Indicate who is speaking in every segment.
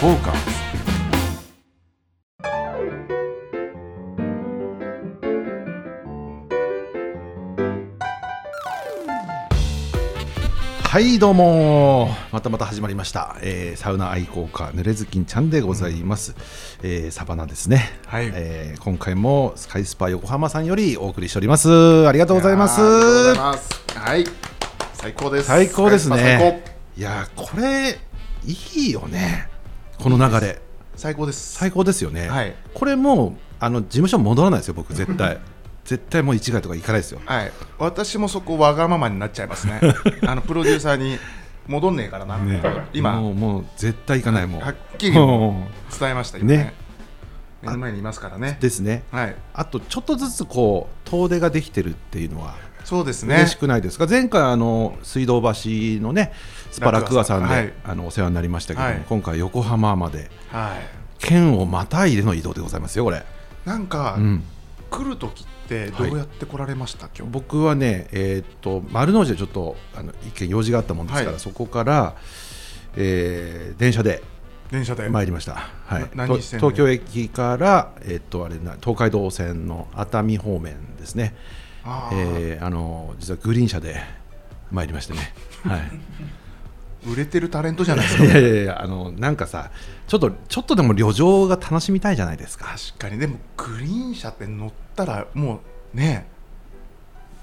Speaker 1: フォーカスはいどうもまたまた始まりました、えーサウナ愛好家濡れずきんちゃんでございます、えーサバナですね、
Speaker 2: はい
Speaker 1: えー今回もスカイスパ横浜さんよりお送りしておりますありがとうございます
Speaker 2: ありがとうございます。はい。最高です。
Speaker 1: 最高です
Speaker 2: 最
Speaker 1: ね
Speaker 2: 高。
Speaker 1: いやーこれいいよねこの流れ
Speaker 2: 最高です。
Speaker 1: 最高ですよね、
Speaker 2: はい
Speaker 1: これもうあの事務所戻らないですよ僕絶 対絶対もう一概とか行かないですよ
Speaker 2: はい。私もそこわがままになっちゃいま すね。あのプロデューサーに戻んねえからな。今
Speaker 1: もうもう絶対行かないもう
Speaker 2: はっきり
Speaker 1: も
Speaker 2: 伝えましたよね。
Speaker 1: ね
Speaker 2: 目の前にいますから
Speaker 1: う
Speaker 2: ね。
Speaker 1: ですね
Speaker 2: はい。
Speaker 1: あとちょっとずつこう遠出ができてるっていうのは
Speaker 2: そうですね
Speaker 1: 嬉し。くないですか、前回あの水道橋のねスパラクアさんで、
Speaker 2: はい
Speaker 1: あのお世話になりましたけども、
Speaker 2: はい
Speaker 1: 今回横浜まで
Speaker 2: はい。
Speaker 1: 県をまたいでの移動でございますよこれ、
Speaker 2: なんか、
Speaker 1: うん、
Speaker 2: 来る時ってどうやって来られました、今日。
Speaker 1: 僕はね、えーっと丸の内でちょっとあの一件用事があったもんですから、
Speaker 2: はい
Speaker 1: そこから、えー電車で
Speaker 2: 電車で。
Speaker 1: 参りました、はい、
Speaker 2: な
Speaker 1: と
Speaker 2: 何線で
Speaker 1: 東京駅から、えーっとあれな東海道線の熱海方面ですね、
Speaker 2: ああ、
Speaker 1: えーあの実はグリーン車で参りましてね。はい
Speaker 2: 売れてるタレントじゃないです
Speaker 1: い
Speaker 2: か。
Speaker 1: やいやいやあのなんかさちょっとちょっとでも旅情が楽しみたいじゃないですか
Speaker 2: 確かにでもグリーン車って乗ったらもうね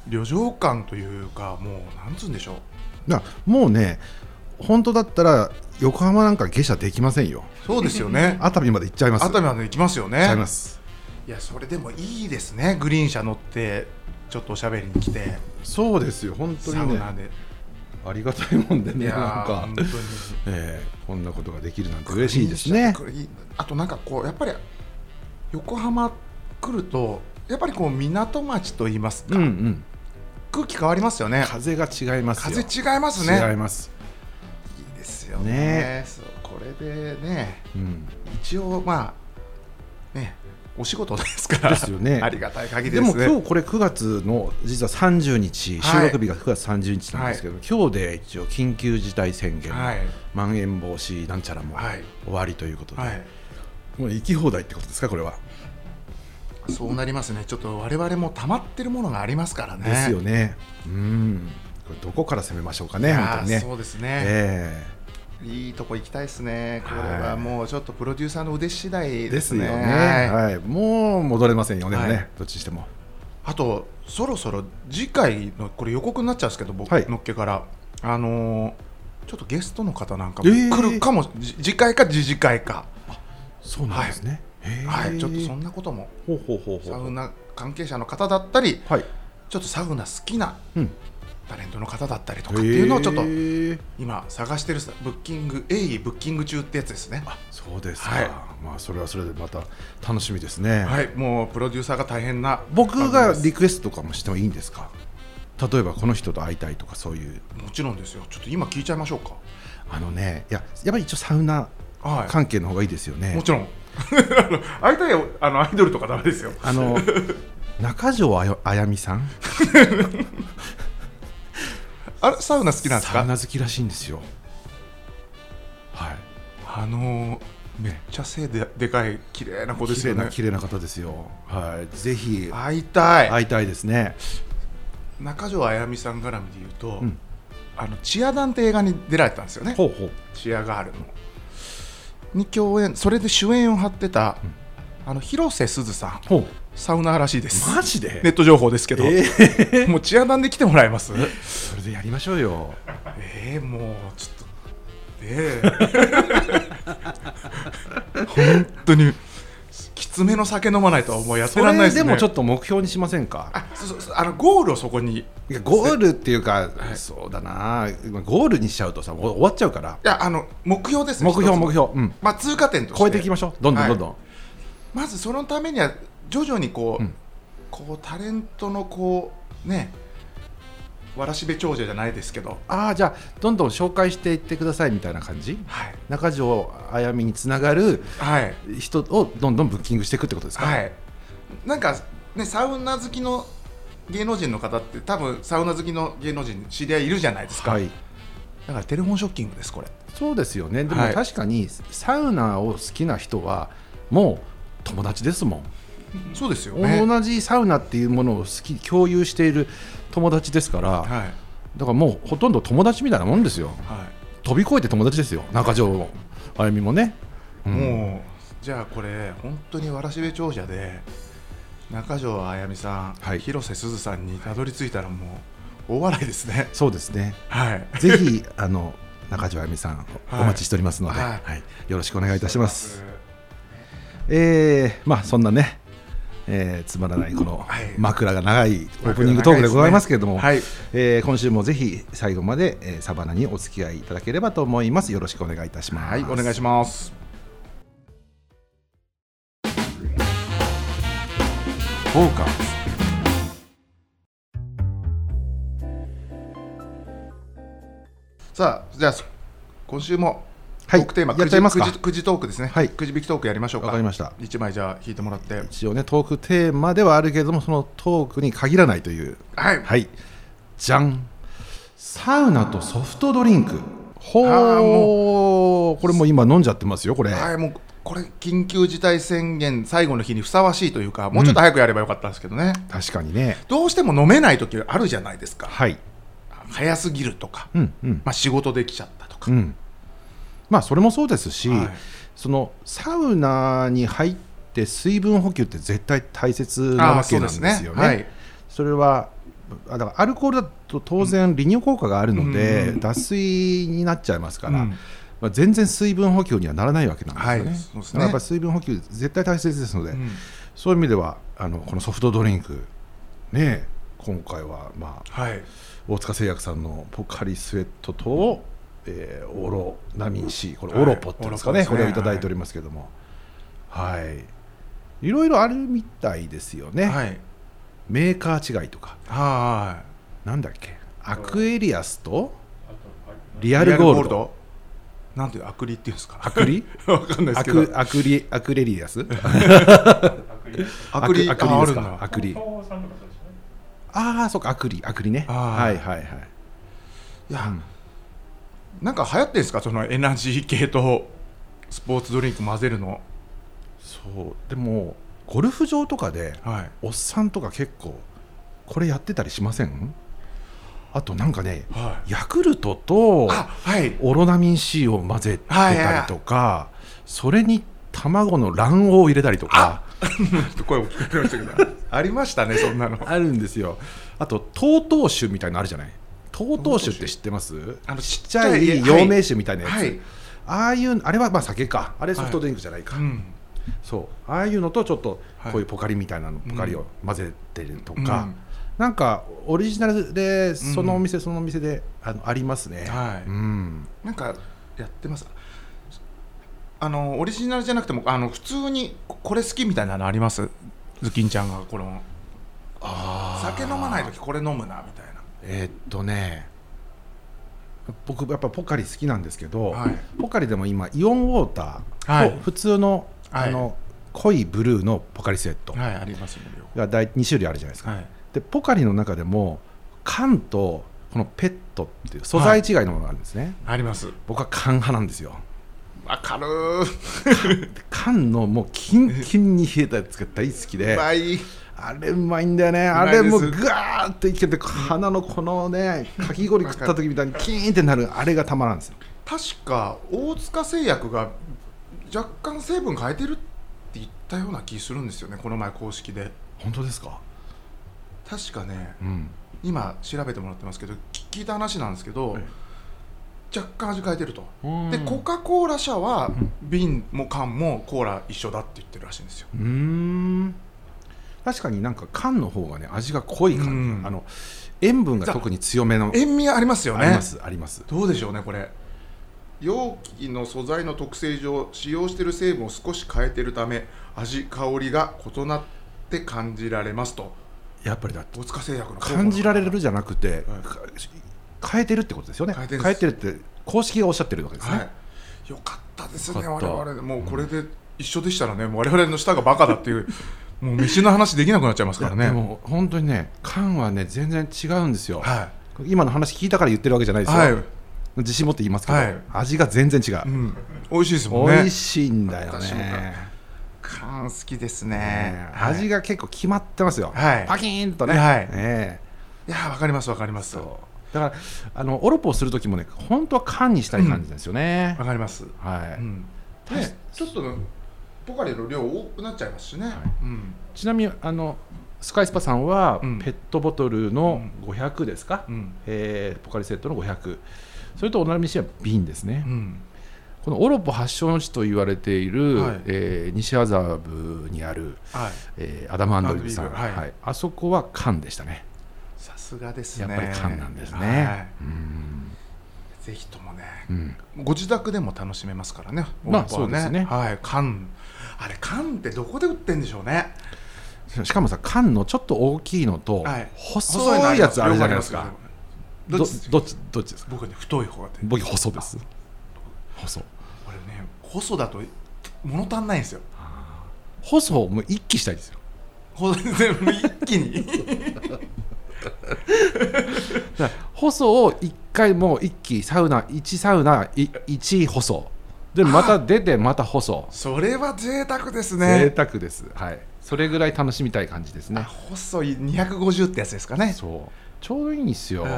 Speaker 2: 旅情感というかもうなんつうんでしょう
Speaker 1: だからもうね本当だったら横浜なんか下車できませんよ
Speaker 2: そうです よね
Speaker 1: 熱海まで行っちゃいます
Speaker 2: 熱海まで行きますよね
Speaker 1: 行っちゃいます
Speaker 2: いやそれでもいいですねグリーン車乗ってちょっとおしゃべりに来て
Speaker 1: そうですよ本当
Speaker 2: サ
Speaker 1: に
Speaker 2: ウ
Speaker 1: ね
Speaker 2: ナで
Speaker 1: ありがたいもんで
Speaker 2: い
Speaker 1: ね
Speaker 2: やー
Speaker 1: なんか
Speaker 2: 本、当に
Speaker 1: えーこんなことができるなんて嬉しいですね
Speaker 2: グリーン車グリーンあとなんかこうやっぱり横浜来るとやっぱりこう港町といいます
Speaker 1: う
Speaker 2: か、
Speaker 1: んうん
Speaker 2: 空気変わりますよね
Speaker 1: 風が違います
Speaker 2: 風
Speaker 1: よ
Speaker 2: 違いますね
Speaker 1: 違います、
Speaker 2: いいですよ
Speaker 1: ね
Speaker 2: ねそうこれでね
Speaker 1: うん、
Speaker 2: 一応まあねお仕事ですから
Speaker 1: ですよね
Speaker 2: ありがたい限り
Speaker 1: で
Speaker 2: です
Speaker 1: も
Speaker 2: ね
Speaker 1: 今日これ9月の実は30日、
Speaker 2: は
Speaker 1: 収
Speaker 2: い
Speaker 1: 録日が9月30日なんですけど、今日で一応緊急事態宣言も、
Speaker 2: はい
Speaker 1: まん延防止なんちゃらも
Speaker 2: はい
Speaker 1: 終わりということで、
Speaker 2: はい
Speaker 1: もう行き放題ってことですかこれは、
Speaker 2: そうなりますねちょっと我々も溜まってるものがありますからね
Speaker 1: ですよねうんこれどこから攻めましょうかね
Speaker 2: あー
Speaker 1: 本当にね
Speaker 2: そうですね、
Speaker 1: え
Speaker 2: いいとこ行きたいですねこれ
Speaker 1: は
Speaker 2: はいもうちょっとプロデューサーの腕次第
Speaker 1: え
Speaker 2: で
Speaker 1: ですす
Speaker 2: ね
Speaker 1: よね、
Speaker 2: はい
Speaker 1: はい、もう戻れませんよね、
Speaker 2: はい
Speaker 1: でもねどっちにしても
Speaker 2: あとそろそろ次回のこれ予告になっちゃうんですけど僕、
Speaker 1: はい
Speaker 2: のっけからあのーちょっとゲストの方なんか
Speaker 1: え
Speaker 2: も
Speaker 1: ー
Speaker 2: 来るかも、じ次回か次々回か、
Speaker 1: そう
Speaker 2: なんです
Speaker 1: ね、へえ
Speaker 2: はい、ちょっとそんなことも
Speaker 1: ほうほうほうほ
Speaker 2: サ
Speaker 1: う
Speaker 2: ウナ関係者の方だったり、
Speaker 1: はい、
Speaker 2: ちょっとサウナ好きな
Speaker 1: うん、
Speaker 2: タレントの方だったりとかっていうのをちょっと
Speaker 1: へえ
Speaker 2: 今探してるさブッキング鋭意ブッキング中ってやつですね
Speaker 1: そうですか、
Speaker 2: はい
Speaker 1: まあそれはそれでまた楽しみですね、
Speaker 2: はいもうプロデューサーが大変な
Speaker 1: 僕が
Speaker 2: 番組
Speaker 1: リ
Speaker 2: で
Speaker 1: クエストとかもしてもいいんですか例えばこの人と会いたいとかそういう
Speaker 2: すもちろんですよちょっと今聞いちゃいましょうか
Speaker 1: あのねいややっぱり一応サウナ
Speaker 2: は
Speaker 1: 関係の方がいいですよね、
Speaker 2: いもちろん あの会いたいよあのアイドルとかダメですよ
Speaker 1: あ の中条あやあやみさん
Speaker 2: あれサウナ好きなんです
Speaker 1: サウ
Speaker 2: か
Speaker 1: ナ好きらしいんですよはい
Speaker 2: あのーめっちゃ背ででかい綺麗な子で
Speaker 1: 綺
Speaker 2: す
Speaker 1: 麗
Speaker 2: よ
Speaker 1: な
Speaker 2: ね
Speaker 1: 綺麗な方ですよはいぜひ
Speaker 2: 会いたい、
Speaker 1: 会いたいですね
Speaker 2: 中条あやみさん絡みで言うと、
Speaker 1: うん
Speaker 2: あのチアダンって映画に出られたんですよね
Speaker 1: ほうほう
Speaker 2: チアガールのに共演それで主演を張ってた、あの広瀬すずさん
Speaker 1: ほう
Speaker 2: サウナーらしいです
Speaker 1: マジで、
Speaker 2: ネット情報ですけど、
Speaker 1: え
Speaker 2: もうチアダンで来てもらえます
Speaker 1: それでやりましょうよ
Speaker 2: えー、もうちょっとええ本当にきつめの酒飲まないとはもうやって
Speaker 1: そ
Speaker 2: らんな
Speaker 1: れ
Speaker 2: いですね
Speaker 1: でもちょっと目標にしませんか
Speaker 2: あそうそうそうあのゴールをそこにい
Speaker 1: いやゴールっていうか、そうだなゴールにしちゃうとさもう終わっちゃうから
Speaker 2: やあの目標ですね
Speaker 1: 目標
Speaker 2: 一つ
Speaker 1: 目標うん
Speaker 2: まあ、通過点として
Speaker 1: 超えていきましょうどんどんどんどん、
Speaker 2: まずそのためには徐々にこう,、
Speaker 1: うん
Speaker 2: こうタレントのこうねわらしべ長者じゃないですけど、
Speaker 1: ああじゃあどんどん紹介していってくださいみたいな感じ
Speaker 2: はい
Speaker 1: 中条あやみにつながる
Speaker 2: はい
Speaker 1: 人をどんどんブッキングしていくってことですか、
Speaker 2: はい、なんかねサウナ好きの芸能人の方って多分サウナ好きの芸能人知り合いいるじゃないですか、
Speaker 1: はい
Speaker 2: だからテレフォンショッキングですこれ
Speaker 1: そうですよねでも
Speaker 2: はい
Speaker 1: 確かにサウナを好きな人はもう友達ですもん、
Speaker 2: そうですよね
Speaker 1: 同じサウナっていうものを好き共有している友達ですから、
Speaker 2: はいはい
Speaker 1: だからもうほとんど友達みたいなもんですよ飛び越えて友達ですよ中条もあゆみもね、うん
Speaker 2: もうじゃあこれ本当にわらしべ長者で中条あやみさん、
Speaker 1: はい
Speaker 2: 広瀬すずさんにたどり着いたらもう大笑いですね
Speaker 1: そうですね
Speaker 2: はい
Speaker 1: ぜひ あの中条あゆみさんお
Speaker 2: はい
Speaker 1: 待ちしておりますので、は
Speaker 2: はいい
Speaker 1: よろしくお願いいたします。えーまあそんなね、えーつまらないこの
Speaker 2: はい
Speaker 1: 枕が長いオープニングトークでございますけれども、
Speaker 2: はい
Speaker 1: えー今週もぜひ最後まで、えーサバナにお付き合いいただければと思います。よろしくお願いいたします。
Speaker 2: はいお願いしますフォーカスさあじゃあ今週も
Speaker 1: は
Speaker 2: ト
Speaker 1: い
Speaker 2: ークテーマ、
Speaker 1: やっちゃいますか
Speaker 2: くじくじくじトークですね、
Speaker 1: はい
Speaker 2: くじ引きトークやりましょうか
Speaker 1: わかりました。
Speaker 2: 一枚じゃあ引いてもらって
Speaker 1: 一応ねトークテーマではあるけれどもそのトークに限らないという。
Speaker 2: はい
Speaker 1: はい。じゃん。サウナとソフトドリンク。ほ
Speaker 2: あー
Speaker 1: う。これもう今飲んじゃってますよこれ。
Speaker 2: はい、もうこれ緊急事態宣言最後の日にふさわしいというかもうちょっと早くやればよかったんですけどね、
Speaker 1: 確かにね。
Speaker 2: どうしても飲めない時あるじゃないですか
Speaker 1: はい。
Speaker 2: 早すぎるとか、
Speaker 1: うんうん。
Speaker 2: まあ、仕事できちゃったとか、
Speaker 1: うん。まあそれもそうですし、
Speaker 2: はい
Speaker 1: そのサウナに入って水分補給って絶対大切な
Speaker 2: あ
Speaker 1: わ
Speaker 2: あそ
Speaker 1: け
Speaker 2: う
Speaker 1: なんですよね。そ
Speaker 2: はい、
Speaker 1: れは。あだからアルコールだと当然利尿効果があるので、
Speaker 2: うん
Speaker 1: 脱水になっちゃいますから、
Speaker 2: うん
Speaker 1: まあ、全然水分補給にはならないわけなんですよね。
Speaker 2: はいそうで
Speaker 1: だ
Speaker 2: すね
Speaker 1: からやっぱ水分補給絶対大切ですので、
Speaker 2: うん
Speaker 1: そういう意味ではあのこのソフトドリンクね今回はまあ
Speaker 2: はい、
Speaker 1: 大塚製薬さんのポカリスエットと、えーオロナミン C これ
Speaker 2: はい
Speaker 1: オロポっていうんですかね,、
Speaker 2: オロポです
Speaker 1: こ
Speaker 2: ね
Speaker 1: れをいただいておりますけどもはい、い、ろいろあるみたいですよね、
Speaker 2: はい、
Speaker 1: メーカー違いとか
Speaker 2: は
Speaker 1: なんだっけアクエリアスとリ
Speaker 2: い
Speaker 1: アルゴールド
Speaker 2: なんていうアクリっていうんですか
Speaker 1: アクリ
Speaker 2: わかんないで
Speaker 1: ア
Speaker 2: すけど
Speaker 1: クアクリアクレリアス
Speaker 2: アクリ
Speaker 1: アクリ
Speaker 2: ああ
Speaker 1: で
Speaker 2: る
Speaker 1: す
Speaker 2: ん
Speaker 1: かア
Speaker 2: だ
Speaker 1: クリああそうかアクリアクリね
Speaker 2: あー
Speaker 1: はいはいはい
Speaker 2: いや、なんか流行ってるんですかそのエナジー系とスポーツドリンク混ぜるの
Speaker 1: そうでもゴルフ場とかで
Speaker 2: はい
Speaker 1: おっさんとか結構これやってたりしませんあとなんかね
Speaker 2: はい
Speaker 1: ヤクルトと
Speaker 2: あはい
Speaker 1: オロナミン C を混ぜてたりとかそれに卵の卵黄を入れたりとか
Speaker 2: 声を聞こえましたけどありましたねそんなの
Speaker 1: あるんですよあとトウトウ酒みたいなのあるじゃないトウトウ酒って知ってます
Speaker 2: あの
Speaker 1: ちっちゃ
Speaker 2: ちっちゃ
Speaker 1: い
Speaker 2: い
Speaker 1: 陽明酒みたいなやつ、
Speaker 2: はい
Speaker 1: ああいうあれはまあ酒かあれソフトドリンクじゃないか、
Speaker 2: うん
Speaker 1: そうああいうのとちょっと
Speaker 2: はい
Speaker 1: こういうポカリみたいなの、ポカリを混ぜてるとか、
Speaker 2: うん
Speaker 1: なんかオリジナルでそのお店、そのお店であのありますね、
Speaker 2: は
Speaker 1: う
Speaker 2: い
Speaker 1: ん、
Speaker 2: なんかやってますあのオリジナルじゃなくてもあの普通にここれ好きみたいなのありますズキンちゃんがこの酒飲まない時これ飲むなみたい
Speaker 1: えーっとね僕やっぱポカリ好きなんですけど、
Speaker 2: はい
Speaker 1: ポカリでも今イオンウォータ
Speaker 2: は
Speaker 1: ー
Speaker 2: い
Speaker 1: と普通の,、
Speaker 2: はい
Speaker 1: あの濃いブルーのポカリスエット
Speaker 2: なはいありますよね両
Speaker 1: が大2種類あるじゃないですか、
Speaker 2: 方はい
Speaker 1: でポカリの中でも缶とこのペットっていう素材違いのものがあるんですね、
Speaker 2: あります
Speaker 1: 僕は缶派なんですよ
Speaker 2: わかるー
Speaker 1: 缶のもうキンキンに冷えたやつが大好きで
Speaker 2: うまい
Speaker 1: あれうまいんだよねあ
Speaker 2: まいで
Speaker 1: れ
Speaker 2: す
Speaker 1: もうガーっていけて鼻のこの ねかき氷食った時みたいにキーンってなるあれがたまらんですよ
Speaker 2: 確か大塚製薬が若干成分変えてるって言ったような気するんですよねこの前公式で
Speaker 1: 本当ですか
Speaker 2: 確かね
Speaker 1: うん
Speaker 2: 今調べてもらってますけど聞いた話なんですけど、
Speaker 1: え
Speaker 2: 若干味変えてると、
Speaker 1: うん
Speaker 2: でコカ・コーラ社は瓶も缶もコーラ一緒だって言ってるらしいんですよ
Speaker 1: うーん確かになんか缶の方がね味が濃い感じ、
Speaker 2: うん
Speaker 1: あの塩分が特に強めの
Speaker 2: 塩味ありますよね
Speaker 1: ありますあります
Speaker 2: どうでしょうねこれ容器の素材の特性上使用している成分を少し変えているため味香りが異なって感じられますと
Speaker 1: やっぱりだって
Speaker 2: 大塚製薬の
Speaker 1: 感じられるじゃなくて、
Speaker 2: はい
Speaker 1: か変えてるってことですよね
Speaker 2: 変えてるん
Speaker 1: 変え
Speaker 2: です
Speaker 1: てるって公式がおっしゃってるわけですね、
Speaker 2: はい、よかったですね、
Speaker 1: よかった
Speaker 2: 我々もうこれで一緒でしたらね、もう我々の舌がバカだっ ていう、もう飯の話できなくなっちゃいますから
Speaker 1: いやで
Speaker 2: ね。
Speaker 1: も本当にね缶はね全然違うんですよ、
Speaker 2: は
Speaker 1: 今の話聞いたから言ってるわけじゃない
Speaker 2: い、
Speaker 1: ですよ、
Speaker 2: はい、
Speaker 1: 自信持って言いますけど、
Speaker 2: はい
Speaker 1: 味が全然違う、
Speaker 2: うん、美味しいですもん
Speaker 1: 美味
Speaker 2: ね
Speaker 1: しいんだよね
Speaker 2: 私も缶好きです
Speaker 1: ね
Speaker 2: ね
Speaker 1: 味
Speaker 2: が
Speaker 1: が結構決まってますよ、
Speaker 2: はい
Speaker 1: パキーンとね、
Speaker 2: はい
Speaker 1: ね
Speaker 2: いやわかりますわかりますわ
Speaker 1: そうだからあのオロポをする時もね本当は缶にしたい感じなんですよね、
Speaker 2: かります
Speaker 1: はい、
Speaker 2: うん
Speaker 1: 大し
Speaker 2: ねちょっとポカリの量多くなっちゃいますしね
Speaker 1: い
Speaker 2: うん
Speaker 1: ちなみにあのスカイスパさんは、
Speaker 2: うん
Speaker 1: ペットボトルの500ですか、
Speaker 2: うん
Speaker 1: えーポカリセットの500それとお並びしては瓶ですね、
Speaker 2: うん
Speaker 1: このオロポ発祥の地と言われている、
Speaker 2: はい
Speaker 1: えー西麻布にある、
Speaker 2: はい
Speaker 1: えーアダムアンドリブさん、
Speaker 2: アンドリブはい
Speaker 1: あそこは缶でしたね
Speaker 2: さすがです
Speaker 1: やっ
Speaker 2: ね
Speaker 1: ぱり缶なんですね、
Speaker 2: は
Speaker 1: うん
Speaker 2: いぜひともね
Speaker 1: うん
Speaker 2: ご自宅でも楽しめますからね
Speaker 1: まあ
Speaker 2: オープン
Speaker 1: そ
Speaker 2: は
Speaker 1: うですね
Speaker 2: はい缶あれ缶ってどこで売ってんでしょうね
Speaker 1: しかもさ缶のちょっと大きいのと、
Speaker 2: はい
Speaker 1: 細いやつあるじゃないですか
Speaker 2: 両
Speaker 1: どど
Speaker 2: 方ありま
Speaker 1: っ
Speaker 2: す
Speaker 1: ちど
Speaker 2: どっ
Speaker 1: っ
Speaker 2: ち
Speaker 1: ちどっちですか
Speaker 2: 僕はね太い方がね
Speaker 1: 僕細です細
Speaker 2: 俺ね細だと物足んないんですよ
Speaker 1: 細をもう一気したいですよ
Speaker 2: ほ全部一気 に
Speaker 1: だから細を一回もう一気サウナ一サウナい一細でまた出てまた細、
Speaker 2: それは贅沢です
Speaker 1: 贅
Speaker 2: ね
Speaker 1: 沢ですはいそれぐらい楽しみたい感じです
Speaker 2: あ
Speaker 1: ね
Speaker 2: 細い250ってやつですかね
Speaker 1: そうちょうどいいんですよ、
Speaker 2: うん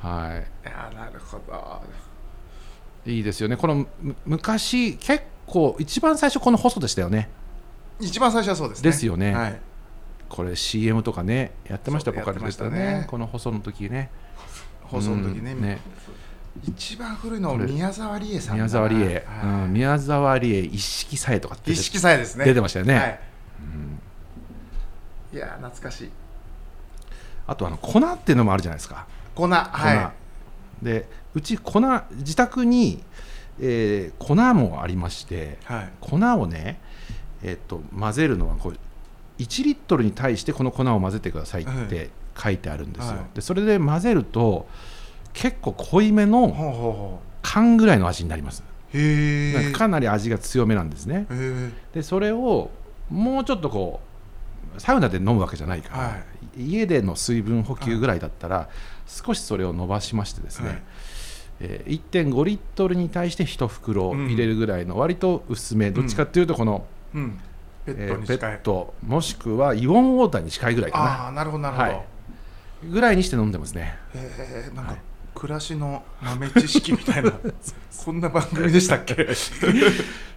Speaker 1: はい
Speaker 2: やなるほど
Speaker 1: いいいですよねこのむ昔結構一番最初この細でしたよね
Speaker 2: 一番最初はそうですね
Speaker 1: ですよね
Speaker 2: はい、
Speaker 1: これ CM とかねやってました
Speaker 2: そう
Speaker 1: ポカリ
Speaker 2: や
Speaker 1: で
Speaker 2: ってま
Speaker 1: し
Speaker 2: した
Speaker 1: た
Speaker 2: ね
Speaker 1: ねこの細の時ね
Speaker 2: 放送の時ね,、
Speaker 1: うんね
Speaker 2: 一番古いのは
Speaker 1: これ
Speaker 2: 宮沢りえさんだな
Speaker 1: 宮沢りえ、
Speaker 2: はい
Speaker 1: うん、宮沢りえ一色さえとかって
Speaker 2: 一色さえですね
Speaker 1: 出てましたよね
Speaker 2: はいいや懐かしい
Speaker 1: あとあの粉っていうのもあるじゃないですか
Speaker 2: 粉
Speaker 1: 粉、
Speaker 2: は
Speaker 1: でうち粉自宅に、えー粉もありまして
Speaker 2: い、はい、
Speaker 1: 粉をね、えっと混ぜるのはこう1リットルに対してこの粉を混ぜてくださいっ
Speaker 2: は
Speaker 1: て書いてあるんですよ、
Speaker 2: はい
Speaker 1: でそれで混ぜると結構濃いめの
Speaker 2: ほうほうほ
Speaker 1: 缶ぐらいの味になります
Speaker 2: うへ
Speaker 1: なん
Speaker 2: え
Speaker 1: かかなり味が強めなんですね
Speaker 2: へえ
Speaker 1: でそれをもうちょっとこうサウナで飲むわけじゃないから、
Speaker 2: は
Speaker 1: 家での水分補給ぐらいだったら、少しそれを伸ばしましてですね、
Speaker 2: はい
Speaker 1: えー1.5リットルに対して1袋入れるぐらいの割と薄め、どっちかっていうとこの、
Speaker 2: うんペ
Speaker 1: え
Speaker 2: ット
Speaker 1: ー
Speaker 2: に
Speaker 1: ペ
Speaker 2: 近い、
Speaker 1: ットもしくはイオンウォーターに近いぐらい
Speaker 2: あ
Speaker 1: か
Speaker 2: あなるほどなるほど、
Speaker 1: はいなぐらいにして飲んでますね
Speaker 2: えー、なん
Speaker 1: は
Speaker 2: か
Speaker 1: い
Speaker 2: 暮らしの豆知識 みたいなこんな番組でしたっけ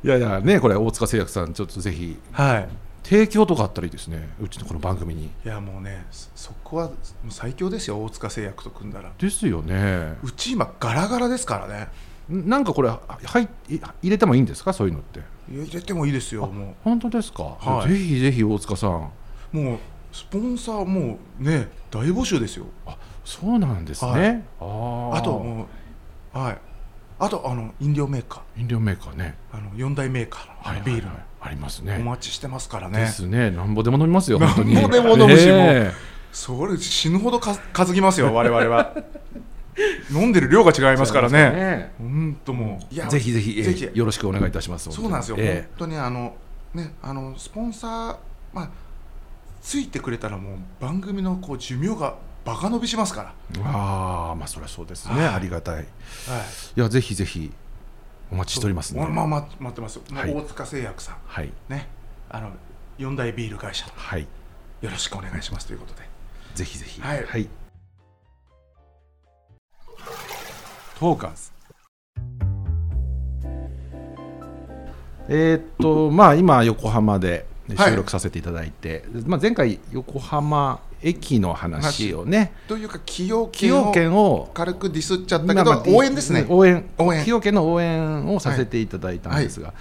Speaker 1: いやいやねこれ大塚製薬さんちょっとぜひ
Speaker 2: は
Speaker 1: 提供とかあったらいいですねうちのこの番組に
Speaker 2: いいやもうねそそこはもう最強ですよ大塚製薬と組んだら
Speaker 1: ですよね
Speaker 2: うち今ガラガラですからね
Speaker 1: なんかこれはい入れてもいいんですかそういうのって
Speaker 2: いや入れてもいいですよも
Speaker 1: 本当ですか、
Speaker 2: はい
Speaker 1: ぜひぜひ大塚さん
Speaker 2: うもうスポンサーもうね大募集ですよ
Speaker 1: あそうなんですね、
Speaker 2: は
Speaker 1: あー
Speaker 2: あともうはいあとあの飲料メーカ
Speaker 1: 飲料メーカーね
Speaker 2: ーあの四大メーカーの、
Speaker 1: はいはいはい
Speaker 2: ビールの
Speaker 1: あります
Speaker 2: お
Speaker 1: ね
Speaker 2: 待ちしてますから
Speaker 1: で
Speaker 2: ね
Speaker 1: すねなんぼでも飲みますよ本当に
Speaker 2: なんぼでも飲むし
Speaker 1: ね
Speaker 2: それ死ぬほどか担ぎますよ我々 は飲んでる量が違い
Speaker 1: え
Speaker 2: ますから
Speaker 1: 違いま
Speaker 2: ね
Speaker 1: すね
Speaker 2: 本当もういや
Speaker 1: ぜひぜひ、えー
Speaker 2: ぜひ
Speaker 1: よろしくお願いいたします
Speaker 2: そうなんですよ、
Speaker 1: え
Speaker 2: 本当にあのねあのスポンサーまあついてくれたらもう番組のこう寿命がバカ伸びしますか
Speaker 1: えああまあそりゃそうですね、
Speaker 2: はい
Speaker 1: ありがたいい
Speaker 2: らはい
Speaker 1: やぜひぜひお待ちしておりますね
Speaker 2: ままま待ってますよ、
Speaker 1: はい
Speaker 2: 大塚製薬さん
Speaker 1: はい
Speaker 2: ねあの四大ビール会社
Speaker 1: はい
Speaker 2: よろしくお願いしますということで
Speaker 1: ぜひぜひ
Speaker 2: はい
Speaker 1: はい、
Speaker 2: トーカーズ
Speaker 1: えーっとまあ今横浜で
Speaker 2: はい
Speaker 1: 収録させていただいて、まあ、前回横浜駅の話をね
Speaker 2: というか崎陽
Speaker 1: 崎
Speaker 2: 軒
Speaker 1: 陽
Speaker 2: を
Speaker 1: 軒を
Speaker 2: 軽くディスっちゃっ
Speaker 1: ま
Speaker 2: たけ
Speaker 1: あ
Speaker 2: ど、
Speaker 1: まあ
Speaker 2: 応援ですね、
Speaker 1: 応援
Speaker 2: 応援
Speaker 1: 崎陽軒の応援をさせていただいたんですが、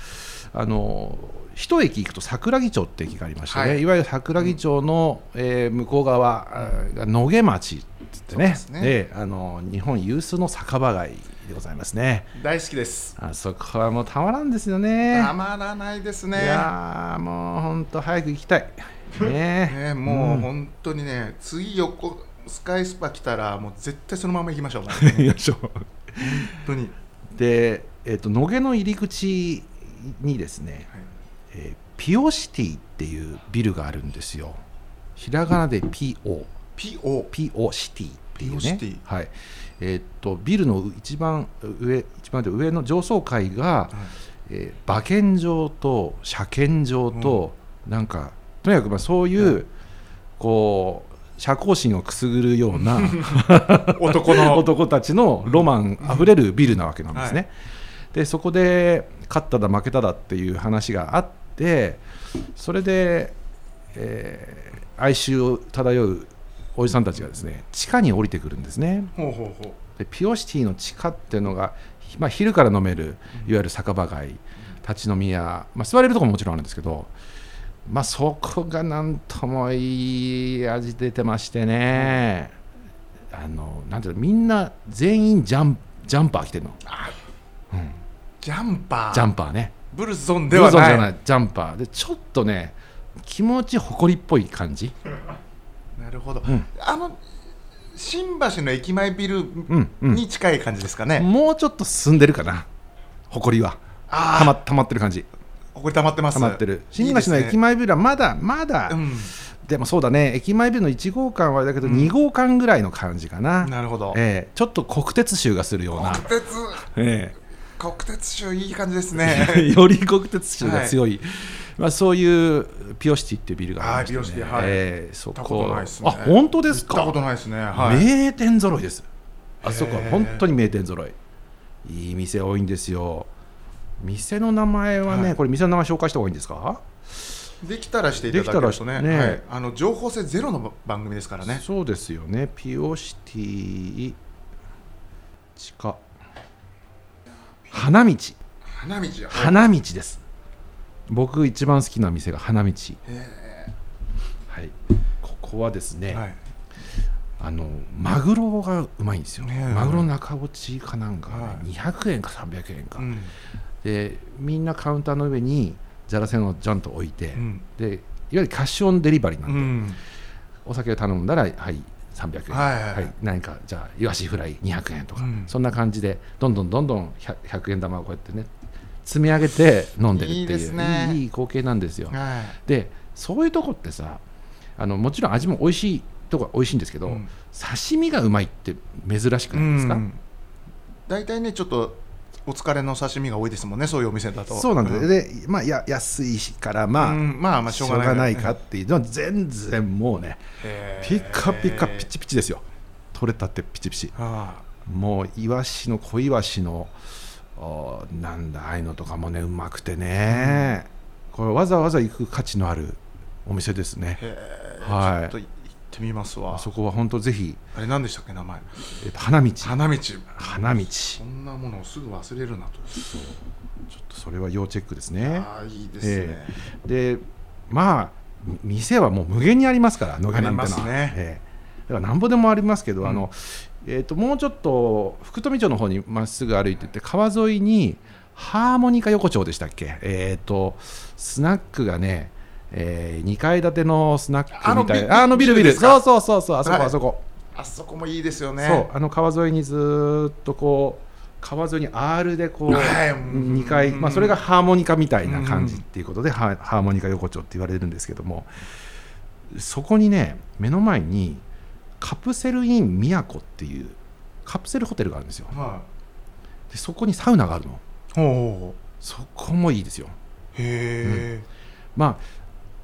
Speaker 1: あの一駅行くと桜木町って駅がありましてね、
Speaker 2: はい
Speaker 1: い、わゆる桜木町の、えー向こう側あーが野毛町って言ってね
Speaker 2: そうですね
Speaker 1: ええあの日本有数の酒場街でございますね
Speaker 2: 大好きです
Speaker 1: あそこはもうたまらんですよね
Speaker 2: たまらないですね
Speaker 1: いやーもう本当早く行きた い。ねえ
Speaker 2: ね、もうう本当にね、次横スカイスパ来たらもう絶対そのまま行きましょう本
Speaker 1: よいしょ
Speaker 2: 当に、
Speaker 1: で、えっと野毛の入り口にですね、
Speaker 2: はい
Speaker 1: えーピオシティっていうビルがあるんですよ。ひらがなで PO、
Speaker 2: PO
Speaker 1: PO シティ。っていう
Speaker 2: リオシ
Speaker 1: ね
Speaker 2: ティ
Speaker 1: はいえーっとビルの一番上一番上の上層階が、えー馬券場と車券場と、なんかとにかくまあそういう、こう社交心をくすぐるよう な
Speaker 2: 男の
Speaker 1: 男たちのロマンあふれるビルなわけなんですね。でそこで勝っただ負けただっていう話があってそれで、えー哀愁を漂うおじさんたちがですね地下に降りてくるんですね。
Speaker 2: ほうほうほ
Speaker 1: でピオシティの地下っていうのが、まあ、昼から飲めるいわゆる酒場街、立ち飲み屋、まあ、座れるとこももちろんあるんですけど、まあ、そこがなんともいい味出てましてね、あのなんていうのみんな全員ジャンジャンパー着てるの
Speaker 2: うジャンパー
Speaker 1: ジャンパーね
Speaker 2: ブルゾンでは
Speaker 1: ブルゾン
Speaker 2: な
Speaker 1: じ
Speaker 2: い
Speaker 1: ゃないジャンパーでちょっとね気持ち誇りっぽい感じ、
Speaker 2: なるほど、
Speaker 1: うん
Speaker 2: あの新橋の駅前ビル
Speaker 1: うんうん
Speaker 2: に近い感じですかね、
Speaker 1: もうちょっと進んでるかな誇りは
Speaker 2: あ
Speaker 1: たま
Speaker 2: あ
Speaker 1: 溜まってる感じ
Speaker 2: ここに溜まってます
Speaker 1: 溜まってる
Speaker 2: いい
Speaker 1: 新
Speaker 2: で
Speaker 1: 橋
Speaker 2: す
Speaker 1: の
Speaker 2: ね
Speaker 1: 駅前ビルはまだまだ、でもそうだね駅前ビルの1号館はあれだけど2号館ぐらいの感じかな、
Speaker 2: うんなるほど
Speaker 1: ええちょっと国鉄臭がするような、
Speaker 2: 国鉄
Speaker 1: え
Speaker 2: 国鉄州いい感じですね
Speaker 1: え より国鉄臭が強い、まあ、そういうピオシティっていうビルがありまして、ね
Speaker 2: あーピオシティはい
Speaker 1: ええそ
Speaker 2: 行ったこと
Speaker 1: こ
Speaker 2: ないですね
Speaker 1: あ本当ですか
Speaker 2: 行ったことないですねはい
Speaker 1: 名店揃いですあそこは
Speaker 2: へえ
Speaker 1: 本当に名店揃いいい店多いんですよ店の名前はね、
Speaker 2: はい
Speaker 1: これ店の名前紹介した方がいいんですか
Speaker 2: できたらしていただけるとね
Speaker 1: できたらね
Speaker 2: はい、あの情報性ゼロの番組ですからね
Speaker 1: そうですよねピオシティ地下花道
Speaker 2: 花道や
Speaker 1: 花道です、僕一番好きな店が花道はいここはですね、
Speaker 2: はい
Speaker 1: あのマグロがうまいんですよ、
Speaker 2: ねえ
Speaker 1: マグロ中落ちかなんかね、
Speaker 2: はい
Speaker 1: 200円か300円か、
Speaker 2: うん
Speaker 1: でみんなカウンターの上にザラセンをちゃんと置いて、
Speaker 2: うん
Speaker 1: でいわゆるキャッシュオンデリバリーな
Speaker 2: うん
Speaker 1: で、
Speaker 2: ん
Speaker 1: お酒を頼んだらはい300円、
Speaker 2: はいはいはい
Speaker 1: 何かじゃあイワシフライ200円とか、
Speaker 2: うん
Speaker 1: そんな感じでどんどんどんどん 100, 100円玉をこうやってね積み上げて飲んでるっていう
Speaker 2: いいですね
Speaker 1: いいいい光景なんですよ、
Speaker 2: は
Speaker 1: でそういうとこってさあのもちろん味も美味しいとこは美味しいんですけ
Speaker 2: い
Speaker 1: ど、
Speaker 2: うん
Speaker 1: 刺身がうまいって珍しくないですか、
Speaker 2: うん大体ねちょっとお疲れの刺身が多いですもんねそういうお店だと
Speaker 1: そうなんです、
Speaker 2: ね
Speaker 1: でまあや安いしからまあ、
Speaker 2: まあまあし
Speaker 1: し
Speaker 2: ょ
Speaker 1: ょ
Speaker 2: う
Speaker 1: う
Speaker 2: がない
Speaker 1: がないかっていうのは全然もうね
Speaker 2: へー
Speaker 1: ピカピカピチピチですよ取れたてピチピチ
Speaker 2: あ
Speaker 1: もうイワシの小イワシのおーなんだああいうのとかもねうまくてね、これわざわざ行く価値のあるお店ですね
Speaker 2: ーへー
Speaker 1: はい
Speaker 2: ちょっと行ってみますわ
Speaker 1: あそこは本当ぜひ、
Speaker 2: あれ何でしたっけ名前
Speaker 1: えっと、花道
Speaker 2: 花道
Speaker 1: 花道
Speaker 2: そんなものをすぐ忘れるなと
Speaker 1: それは要チェックですね
Speaker 2: ああいいですね
Speaker 1: えでまあみ店はもう無限にありますから野毛なんてのは
Speaker 2: ありますね
Speaker 1: ええだからなんぼでもありますけど、
Speaker 2: うん
Speaker 1: あのえー、ともうちょっと福富町の方にまっすぐ歩いてって川沿いにハーモニカ横丁でしたっけえっ、とスナックがね、え2階建てのスナックみたいなあ
Speaker 2: あのビ
Speaker 1: のビルビ
Speaker 2: ビル
Speaker 1: ル
Speaker 2: ですか
Speaker 1: そうそうそうそうあそこ、
Speaker 2: はい
Speaker 1: あそこ、
Speaker 2: あそこもいいですよね
Speaker 1: そうあの川沿いにずーっとこう川沿いに R でこう、
Speaker 2: はい
Speaker 1: 2階、まあ、それがハーモニカみたいな感じっていうことで、ハハーモニカ横丁って言われるんですけどもそこにね目の前にカプセルイン宮古っていうカプセルホテルがあるんですよ
Speaker 2: は
Speaker 1: でそこにサウナがあるの
Speaker 2: いほうほうほ
Speaker 1: そこもいいですよ
Speaker 2: うへえ
Speaker 1: ま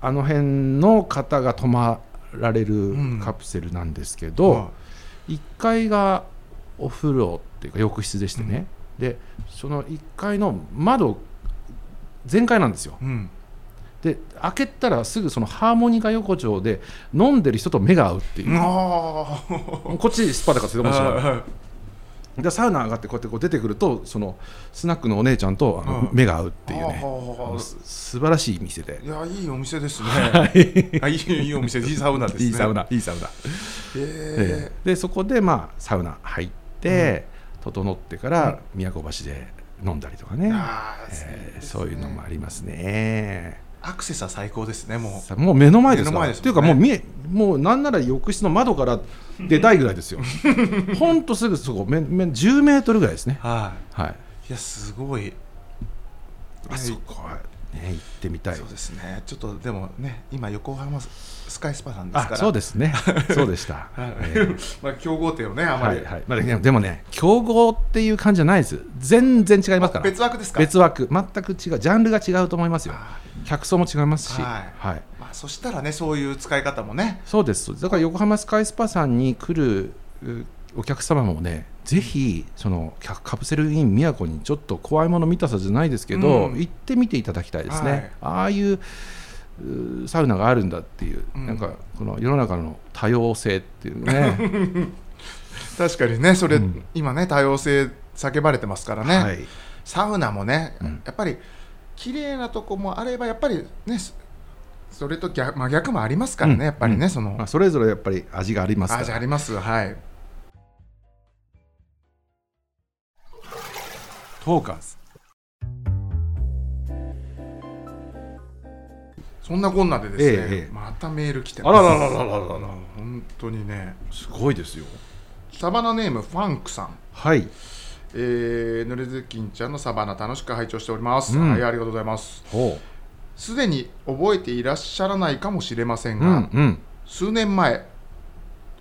Speaker 1: ああの辺の方が泊まられる
Speaker 2: うん
Speaker 1: カプセルなんですけど、
Speaker 2: は
Speaker 1: 1階がお風呂っていうか浴室でしてね、でその1階の窓全開なんですよ
Speaker 2: いうん
Speaker 1: で開けたらすぐそのハーモニカ横丁で飲んでる人と目が合うっていう、
Speaker 2: あ
Speaker 1: こっちスパだからす
Speaker 2: あ
Speaker 1: ごい面白
Speaker 2: はい
Speaker 1: いでサウナ上がってこうやってこう出てくるとそのスナックのお姉ちゃんとあの、
Speaker 2: うん
Speaker 1: 目が合うっていうね
Speaker 2: あー
Speaker 1: あのす素晴らしい店で
Speaker 2: いやいいお店ですね
Speaker 1: い
Speaker 2: あいいいいお店いいサウナですね
Speaker 1: いいサウナいいサウナ、
Speaker 2: へ
Speaker 1: ええでそこでまあサウナ入って、整ってから宮古橋で飲んだりとかね、
Speaker 2: えああ
Speaker 1: えーそういうのもありますね。
Speaker 2: アクセスは最高ですねも
Speaker 1: さもう目の前ですか
Speaker 2: 目の
Speaker 1: ら。
Speaker 2: 前です
Speaker 1: ってい
Speaker 2: も
Speaker 1: うんか
Speaker 2: ね
Speaker 1: もう見えもうなんなら浴室の窓から出たいぐらい ですよ。ほんとすぐそこめめ10メートルぐらいですね
Speaker 2: う。は
Speaker 1: はい。
Speaker 2: いいやすごい
Speaker 1: あそこはね、行ってみたい
Speaker 2: そうですねちょっとでもね今横浜スカイスパさんですか
Speaker 1: あ
Speaker 2: ら
Speaker 1: そうですねそうでした、
Speaker 2: はい
Speaker 1: えー
Speaker 2: まあ競合店をねあま
Speaker 1: は
Speaker 2: り、
Speaker 1: いはいまあ、でもでもね競合っていう感じじゃないです全然違いますから
Speaker 2: 別枠ですか
Speaker 1: 別枠全く違うジャンルが違うと思いますよ
Speaker 2: あ
Speaker 1: 客層も違いますし、
Speaker 2: はい
Speaker 1: はい、
Speaker 2: ーまあそしたらねそういう使い方もね
Speaker 1: そうですだから横浜スカイスパさんに来るうお客様もねぜひそのカカプセルイン宮古にちょっと怖いもの見たさじゃないですけど、
Speaker 2: うん
Speaker 1: 行ってみていただきたいですね、
Speaker 2: はい
Speaker 1: ああいううサウナがあるんだっていう、
Speaker 2: うん
Speaker 1: なんかこの世の中の多様性っていうね
Speaker 2: 確かにねそれ、
Speaker 1: うん
Speaker 2: 今ね多様性叫ばれてますから ね、
Speaker 1: はい、
Speaker 2: サウナもね、
Speaker 1: うん
Speaker 2: やっぱり綺麗なとこもあればやっぱりねそそれと逆,、まあ、逆もありますからね、
Speaker 1: うん
Speaker 2: やっぱりね、
Speaker 1: うん
Speaker 2: その
Speaker 1: まあ、それぞれやっぱり味がありますから
Speaker 2: 味ありますはいトーカーズそんなこんなでですね、
Speaker 1: ええええ
Speaker 2: またメール来て
Speaker 1: あららららららら
Speaker 2: 本当にね
Speaker 1: すごいですよ
Speaker 2: サバナネームファンクさん
Speaker 1: はい
Speaker 2: えー、ぬれずきんちゃんのサバナ楽しく拝聴しております、
Speaker 1: うん
Speaker 2: はいありがとうございます
Speaker 1: ほ
Speaker 2: すでに覚えていらっしゃらないかもしれませ
Speaker 1: うう
Speaker 2: んが、
Speaker 1: んうん
Speaker 2: 数年前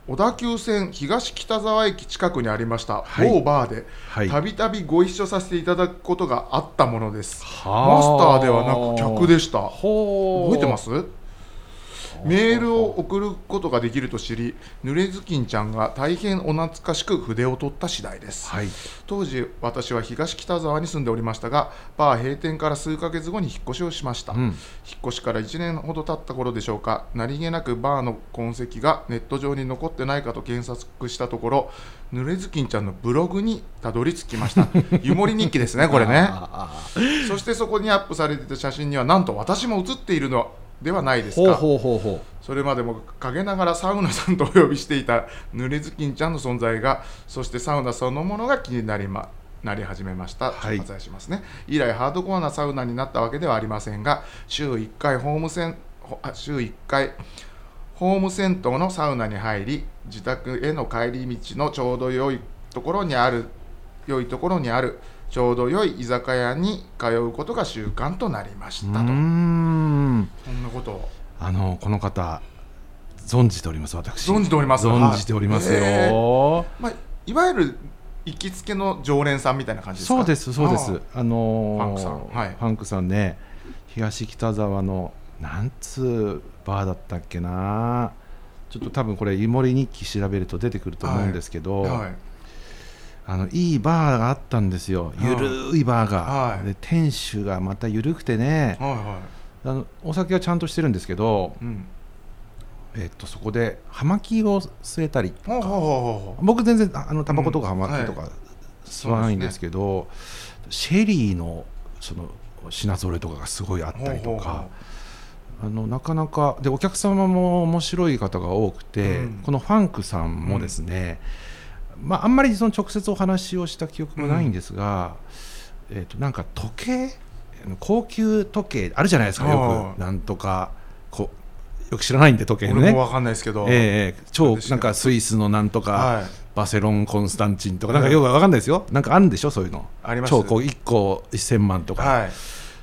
Speaker 2: 小田急線東北沢駅近くにありました、
Speaker 1: はい
Speaker 2: 某バーで
Speaker 1: はい
Speaker 2: たびたびご一緒させていただくことがあったものですマ
Speaker 1: マ
Speaker 2: スターではなく客でした
Speaker 1: ほう
Speaker 2: 覚えてますメールを送ることができると知り濡れずきんちゃんが大変お懐かしく筆を取った次第です、
Speaker 1: はい
Speaker 2: 当時私は東北沢に住んでおりましたがバー閉店から数ヶ月後に引っ越しをしました、
Speaker 1: うん
Speaker 2: 引っ越しから1年ほど経った頃でしょうか何気なくバーの痕跡がネット上に残ってないかと検索したところぬれずきんちゃんのブログにたどり着きました 湯守日記ですねこれね
Speaker 1: あー
Speaker 2: そしてそこにアップされていた写真にはなんと私も写っているのではないです
Speaker 1: ほう
Speaker 2: か
Speaker 1: ほうほうほ
Speaker 2: それまでも陰ながらサウナさんとお呼びしていた濡れずきんちゃんの存在がそしてサウナそのものが気になりまなり始めました、
Speaker 1: はい
Speaker 2: お伝えしますね以来ハードコアなサウナになったわけではありませんが週1回ホームセンほあ週1回ホーム銭湯のサウナに入り自宅への帰り道のちょうど良いところにある良いところにあるちょうど良い居酒屋に通うことが習慣となりまし
Speaker 1: うう
Speaker 2: た
Speaker 1: ー
Speaker 2: と
Speaker 1: ん
Speaker 2: こんなことを
Speaker 1: あのこの方存じております私
Speaker 2: 存じております
Speaker 1: 存じておりますよ、
Speaker 2: はいへまあ、いわゆる行きつけの常連さんみたいな感じですか
Speaker 1: そうですそうですあのー
Speaker 2: ファンクさんはい
Speaker 1: ファンクさんね東北沢のなんつうバーだったっけなちょっと多分これ湯守日記調べると出てくると思うんですけ
Speaker 2: あ
Speaker 1: ど、
Speaker 2: ーはい
Speaker 1: あのいいバーがあったんですよ、
Speaker 2: はい
Speaker 1: ゆるいバーが、
Speaker 2: はい
Speaker 1: で店主がまたゆるくてね、
Speaker 2: はいは
Speaker 1: あのお酒はちゃんとしてるんですけど、
Speaker 2: いうん
Speaker 1: えっと、そこで葉巻を吸えたり、
Speaker 2: ほうほうほうほう
Speaker 1: 僕、全然ああのタバコとか
Speaker 2: う
Speaker 1: 葉
Speaker 2: ん
Speaker 1: 巻とか吸わないんですけど、シェリーのその品揃えとかがすごいあっ
Speaker 2: ほ
Speaker 1: た
Speaker 2: う
Speaker 1: りと
Speaker 2: ほう
Speaker 1: か。
Speaker 2: ほ
Speaker 1: あのなかなかでお客様も面白い方が多くて、
Speaker 2: うん
Speaker 1: このファンクさんもですね、まあ、あんまりその直接お話をした記憶もないんですが、えー、となんか時計高級時計あるじゃないですかよ
Speaker 2: はい
Speaker 1: くなんとかこうよく知らないんで時
Speaker 2: う
Speaker 1: 計
Speaker 2: 俺
Speaker 1: ね
Speaker 2: も。わかんないですけど、
Speaker 1: ええええ
Speaker 2: そう
Speaker 1: 超
Speaker 2: ですよ
Speaker 1: なんかスイスのなんとか、
Speaker 2: はい
Speaker 1: バセロンコンスタンチンとかなんかよくわかんないですよ、なんかあるんでしょそういうの
Speaker 2: あります
Speaker 1: 超こう1個1000万とか、
Speaker 2: はい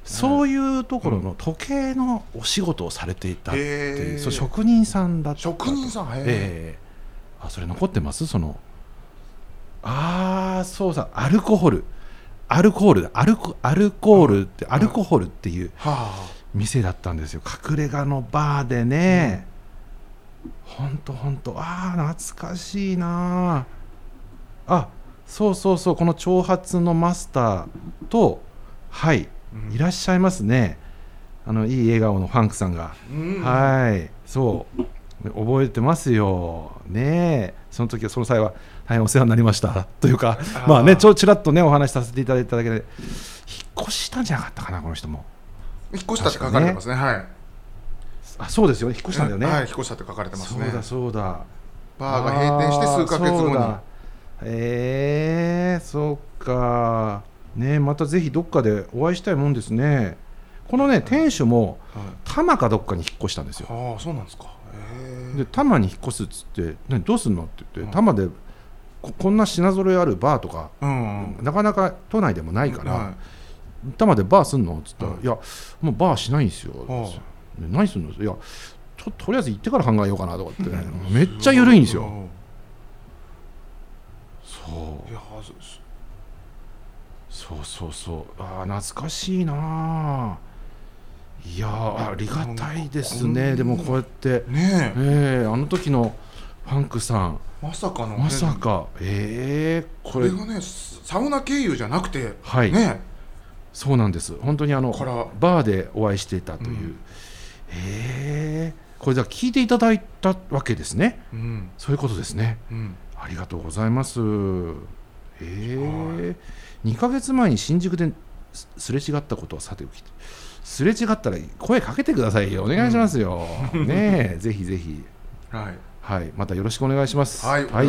Speaker 1: そういうところの時計のお仕事をされていたっていう、
Speaker 2: へー
Speaker 1: そう職人さんだったと
Speaker 2: 職人さんへー
Speaker 1: ええあそれ残ってますそのああそうさアルコホルアルコールだアルコアルコールって、アルコホルっていう
Speaker 2: は
Speaker 1: 店だったんですよ隠れ家のバーでね、ほんとほんとああ懐かしいなああそうそうそうこの長髪のマスターとはい
Speaker 2: うん
Speaker 1: いらっしゃいますねあのいい笑顔のファンクさんが、
Speaker 2: あ、うん
Speaker 1: はいそう覚えてますよねえその時はその際は大変お世話になりましたというか
Speaker 2: あー
Speaker 1: まあねちょちらっとねお話しさせていただいただけで引っ越したんじゃなかったかなこの人も
Speaker 2: 引っ越したって書かれてますねはい引っ
Speaker 1: あそうですよね引っ越したんだよね、
Speaker 2: はい、引っ越したって書かれてます
Speaker 1: そう
Speaker 2: ね
Speaker 1: だそうだ
Speaker 2: バーが閉店して数ヶ
Speaker 1: あ
Speaker 2: 月後に
Speaker 1: ーそうだえー、そっかねまたぜひどっかでお会いしたいもんですねこのね店主も
Speaker 2: はい
Speaker 1: 多摩かどっかに引っ越したんですよ
Speaker 2: ああそうなんですかへ
Speaker 1: で
Speaker 2: え
Speaker 1: 多摩に引っ越すっつって何どうすんのって言
Speaker 2: うん
Speaker 1: って多摩でここんな品揃えあるバーとか、
Speaker 2: うん
Speaker 1: なかなか都内でもないから、
Speaker 2: はい
Speaker 1: 歌までバーすんの?」っつったら「
Speaker 2: うん
Speaker 1: いやもうバーしないんですよ」
Speaker 2: ああ
Speaker 1: で何すんの?」いやちょっととりあえず行ってから考えようかな」とかって、めっちゃ緩いんです
Speaker 2: う
Speaker 1: よ。そう
Speaker 2: いやそうです
Speaker 1: そうそうそうあー懐かしいなあいやーありがたいですねで
Speaker 2: でも
Speaker 1: もこうやって
Speaker 2: ねえ
Speaker 1: ええあの時のファンクさん
Speaker 2: まさかのね
Speaker 1: まさかええこ
Speaker 2: こ
Speaker 1: れ
Speaker 2: れがねササウナ経由じゃなくて
Speaker 1: はい
Speaker 2: ね
Speaker 1: そうなんです本当にあの
Speaker 2: から
Speaker 1: バーでお会いしていたという、
Speaker 2: うん
Speaker 1: ええこれだから聞いていただいたわけですね
Speaker 2: うん
Speaker 1: そういうことですね
Speaker 2: うん
Speaker 1: ありがとうございますええ2ヶ月前に新宿ですすれ違ったことはさておきすれ違ったら声かけてくださいよお願いします よ、ねえぜひぜひ
Speaker 2: はい
Speaker 1: はいまたよろしくお願いします
Speaker 2: はい、お願い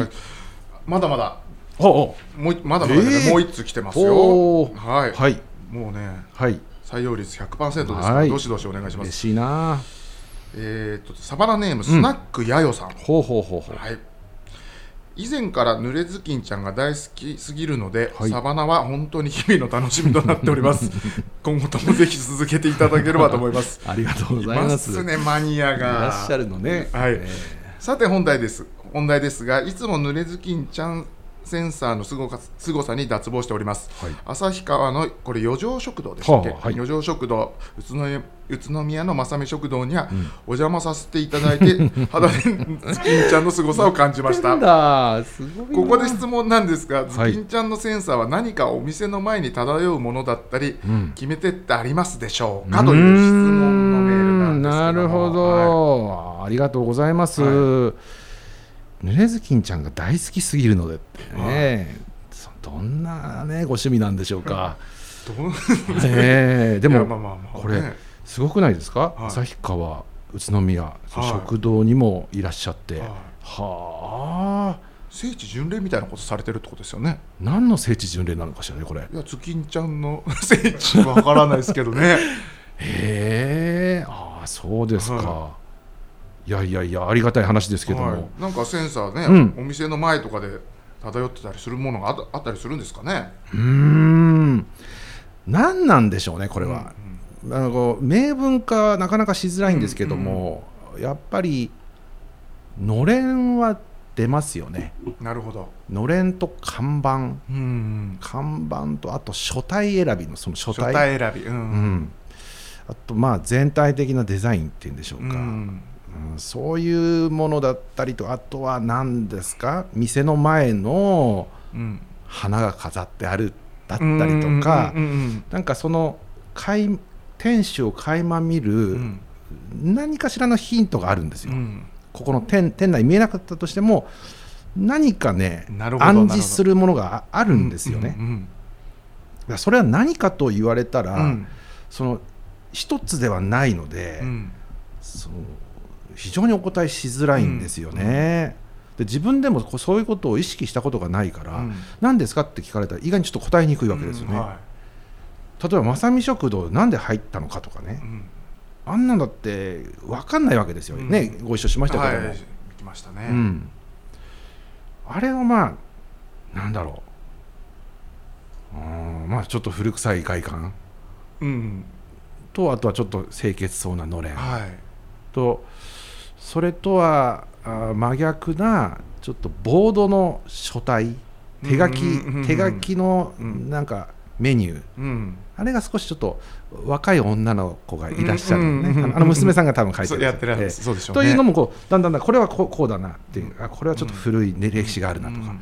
Speaker 2: まだまだ
Speaker 1: おお
Speaker 2: もうまだまだ、ね
Speaker 1: えー
Speaker 2: もう一通来てます
Speaker 1: お
Speaker 2: よ
Speaker 1: ー
Speaker 2: はい、
Speaker 1: はい
Speaker 2: もうね
Speaker 1: はい
Speaker 2: 採用率100%ですから、
Speaker 1: はい
Speaker 2: どしどしお願いしま
Speaker 1: 嬉
Speaker 2: す
Speaker 1: しいな
Speaker 2: えー、とサバラネームスナックやよさん、
Speaker 1: ほうほうほうほう
Speaker 2: はい以前から濡れずきんちゃんが大好きすぎるので、
Speaker 1: はい
Speaker 2: サバナは本当に日々の楽しみとなっております 今後ともぜひ続けていただければと思います
Speaker 1: ありがとうござい
Speaker 2: いま
Speaker 1: ます
Speaker 2: すねマニアが
Speaker 1: いらっしゃるのね
Speaker 2: はい
Speaker 1: え
Speaker 2: さて本題です本題ですがいつも濡れずきんちゃんセンサーのすごかすごさに脱帽しております
Speaker 1: はい
Speaker 2: 旭川のこれ余剰食堂でしたっけ、
Speaker 1: はあはい
Speaker 2: 余剰食堂宇都宮宇都宮のまさみ食堂には
Speaker 1: ん
Speaker 2: お邪魔させていただいて、 肌でズキンちゃんの凄さを感じまし
Speaker 1: な
Speaker 2: た
Speaker 1: んだすごいな
Speaker 2: ここで質問なんですが、ズ
Speaker 1: はい
Speaker 2: キンちゃんのセンサーは何かお店の前に漂うものだったり、
Speaker 1: ん
Speaker 2: 決め手ってありますでしょうかという質問のメールなんですけ
Speaker 1: な
Speaker 2: ども
Speaker 1: るほ
Speaker 2: はい
Speaker 1: ど、ありがとうございます、
Speaker 2: はい
Speaker 1: 濡れずきんちゃんが大好きすぎるのでってね、そどんな、ね、ご趣味なんでしょうか、
Speaker 2: どう
Speaker 1: ええで
Speaker 2: い
Speaker 1: も、
Speaker 2: やまあまあまあ
Speaker 1: これ
Speaker 2: ね
Speaker 1: すごくないですか
Speaker 2: はい
Speaker 1: 旭、川宇都宮、そ
Speaker 2: はい
Speaker 1: 食堂にもいらっしゃって
Speaker 2: はい
Speaker 1: はあ
Speaker 2: 聖地巡礼みたいなことされてるってことですよね
Speaker 1: 何の聖地巡礼なのかしらねこれへ
Speaker 2: いやズキンちゃんの 聖地わからないですけどね
Speaker 1: えああそうですか、、
Speaker 2: はい
Speaker 1: やいやいやありがたい話ですけども、
Speaker 2: はい、なんかセンサーね、
Speaker 1: うん
Speaker 2: お店の前とかで漂ってたりするものがああったりするんですかね
Speaker 1: うーん何なんでしょうねこれは、
Speaker 2: うん
Speaker 1: あのこう明文化なかなかしづらいんですけども、やっぱりのれんは出ますよね
Speaker 2: うんなるほど
Speaker 1: のれんと看板
Speaker 2: うん
Speaker 1: 看板とあと書体選びのその書
Speaker 2: 書
Speaker 1: 体
Speaker 2: 体選びうん、
Speaker 1: う、ん、あとまあ全体的なデザインっていうんでしょう
Speaker 2: う
Speaker 1: か、うん
Speaker 2: ん、
Speaker 1: そういうものだったりとあとは何ですか店の前の
Speaker 2: うん、
Speaker 1: 花が飾ってあるだ
Speaker 2: あ
Speaker 1: ったりとか、
Speaker 2: うんうん
Speaker 1: なんかそのかい天使を垣間見
Speaker 2: うんう
Speaker 1: る
Speaker 2: ん
Speaker 1: 何かしらのヒントがあるんです
Speaker 2: う
Speaker 1: よ、
Speaker 2: ん
Speaker 1: ここの店店内見えなかったとしても何かね
Speaker 2: なるほど
Speaker 1: 暗示するものがあある
Speaker 2: うん
Speaker 1: ですよね、だ
Speaker 2: うんうん
Speaker 1: からそれは何かと言われたら、
Speaker 2: うん
Speaker 1: その一つではないので、
Speaker 2: うん
Speaker 1: その非常にお答えしづらいんですよね、で自分でもこうそういうことを意識したことがないから、
Speaker 2: うん
Speaker 1: 何ですかって聞かれたら意外にちょっと答えにくいわけですよね、
Speaker 2: うんは
Speaker 1: 例えばまさみ食堂なんで入ったのかとかね
Speaker 2: い、うん
Speaker 1: あんなんだって分かんないわけですよ、
Speaker 2: うん
Speaker 1: ねご一緒しましたけども、
Speaker 2: はい行きましたね、
Speaker 1: うん、あれはまあなんだろううーんまあちょっと古臭い外観
Speaker 2: うん
Speaker 1: とあとはちょっと清潔そうなのれん
Speaker 2: はい
Speaker 1: とそれとはあー真逆なちょっとボードの書体手書き
Speaker 2: うんうんうんうん
Speaker 1: 手書きの
Speaker 2: うん
Speaker 1: なんかメニュー
Speaker 2: うん
Speaker 1: あれが少しちょっと若い女の子がいらっしゃるのね、
Speaker 2: うんうんうんうん
Speaker 1: あのあの娘さんが多分書いて
Speaker 2: そう
Speaker 1: る
Speaker 2: やってるやつ
Speaker 1: ええ
Speaker 2: そうでしょうね
Speaker 1: というのもこうだんだんだんこれはこうこうだなっていうあこれはちょっと古い、ね歴史があるなとか、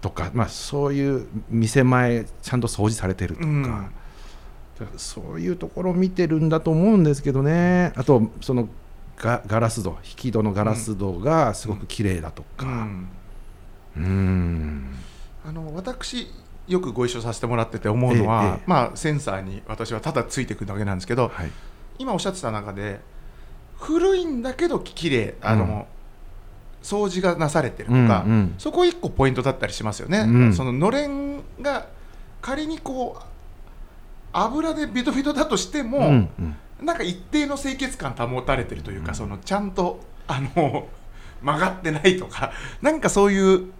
Speaker 1: とか、まあ、そういう店前ちゃんと掃除されてるとか、
Speaker 2: うん
Speaker 1: だからそういうところを見てるんだと思うんですけどねあとそのガガラス戸引き戸のガラス戸がすごく綺麗だと
Speaker 2: う
Speaker 1: か、
Speaker 2: ん
Speaker 1: うーん
Speaker 2: あの私よくご一緒させてもらってて思うの
Speaker 1: え
Speaker 2: は、
Speaker 1: えええ
Speaker 2: まあ、センサーに私はただついていくだけなんですけど
Speaker 1: はい、
Speaker 2: 今おっしゃってた中で古いんだけど綺麗あの、掃除がなされてるとか、
Speaker 1: うんうん
Speaker 2: そこ一個ポイントだったりしますよね、
Speaker 1: うん
Speaker 2: そののれんが仮にこう油でビトビトだとしても、
Speaker 1: うんうん
Speaker 2: なんか一定の清潔感保たれてるというか、
Speaker 1: うん
Speaker 2: そのちゃんとあの 曲がってないとかなんかそういう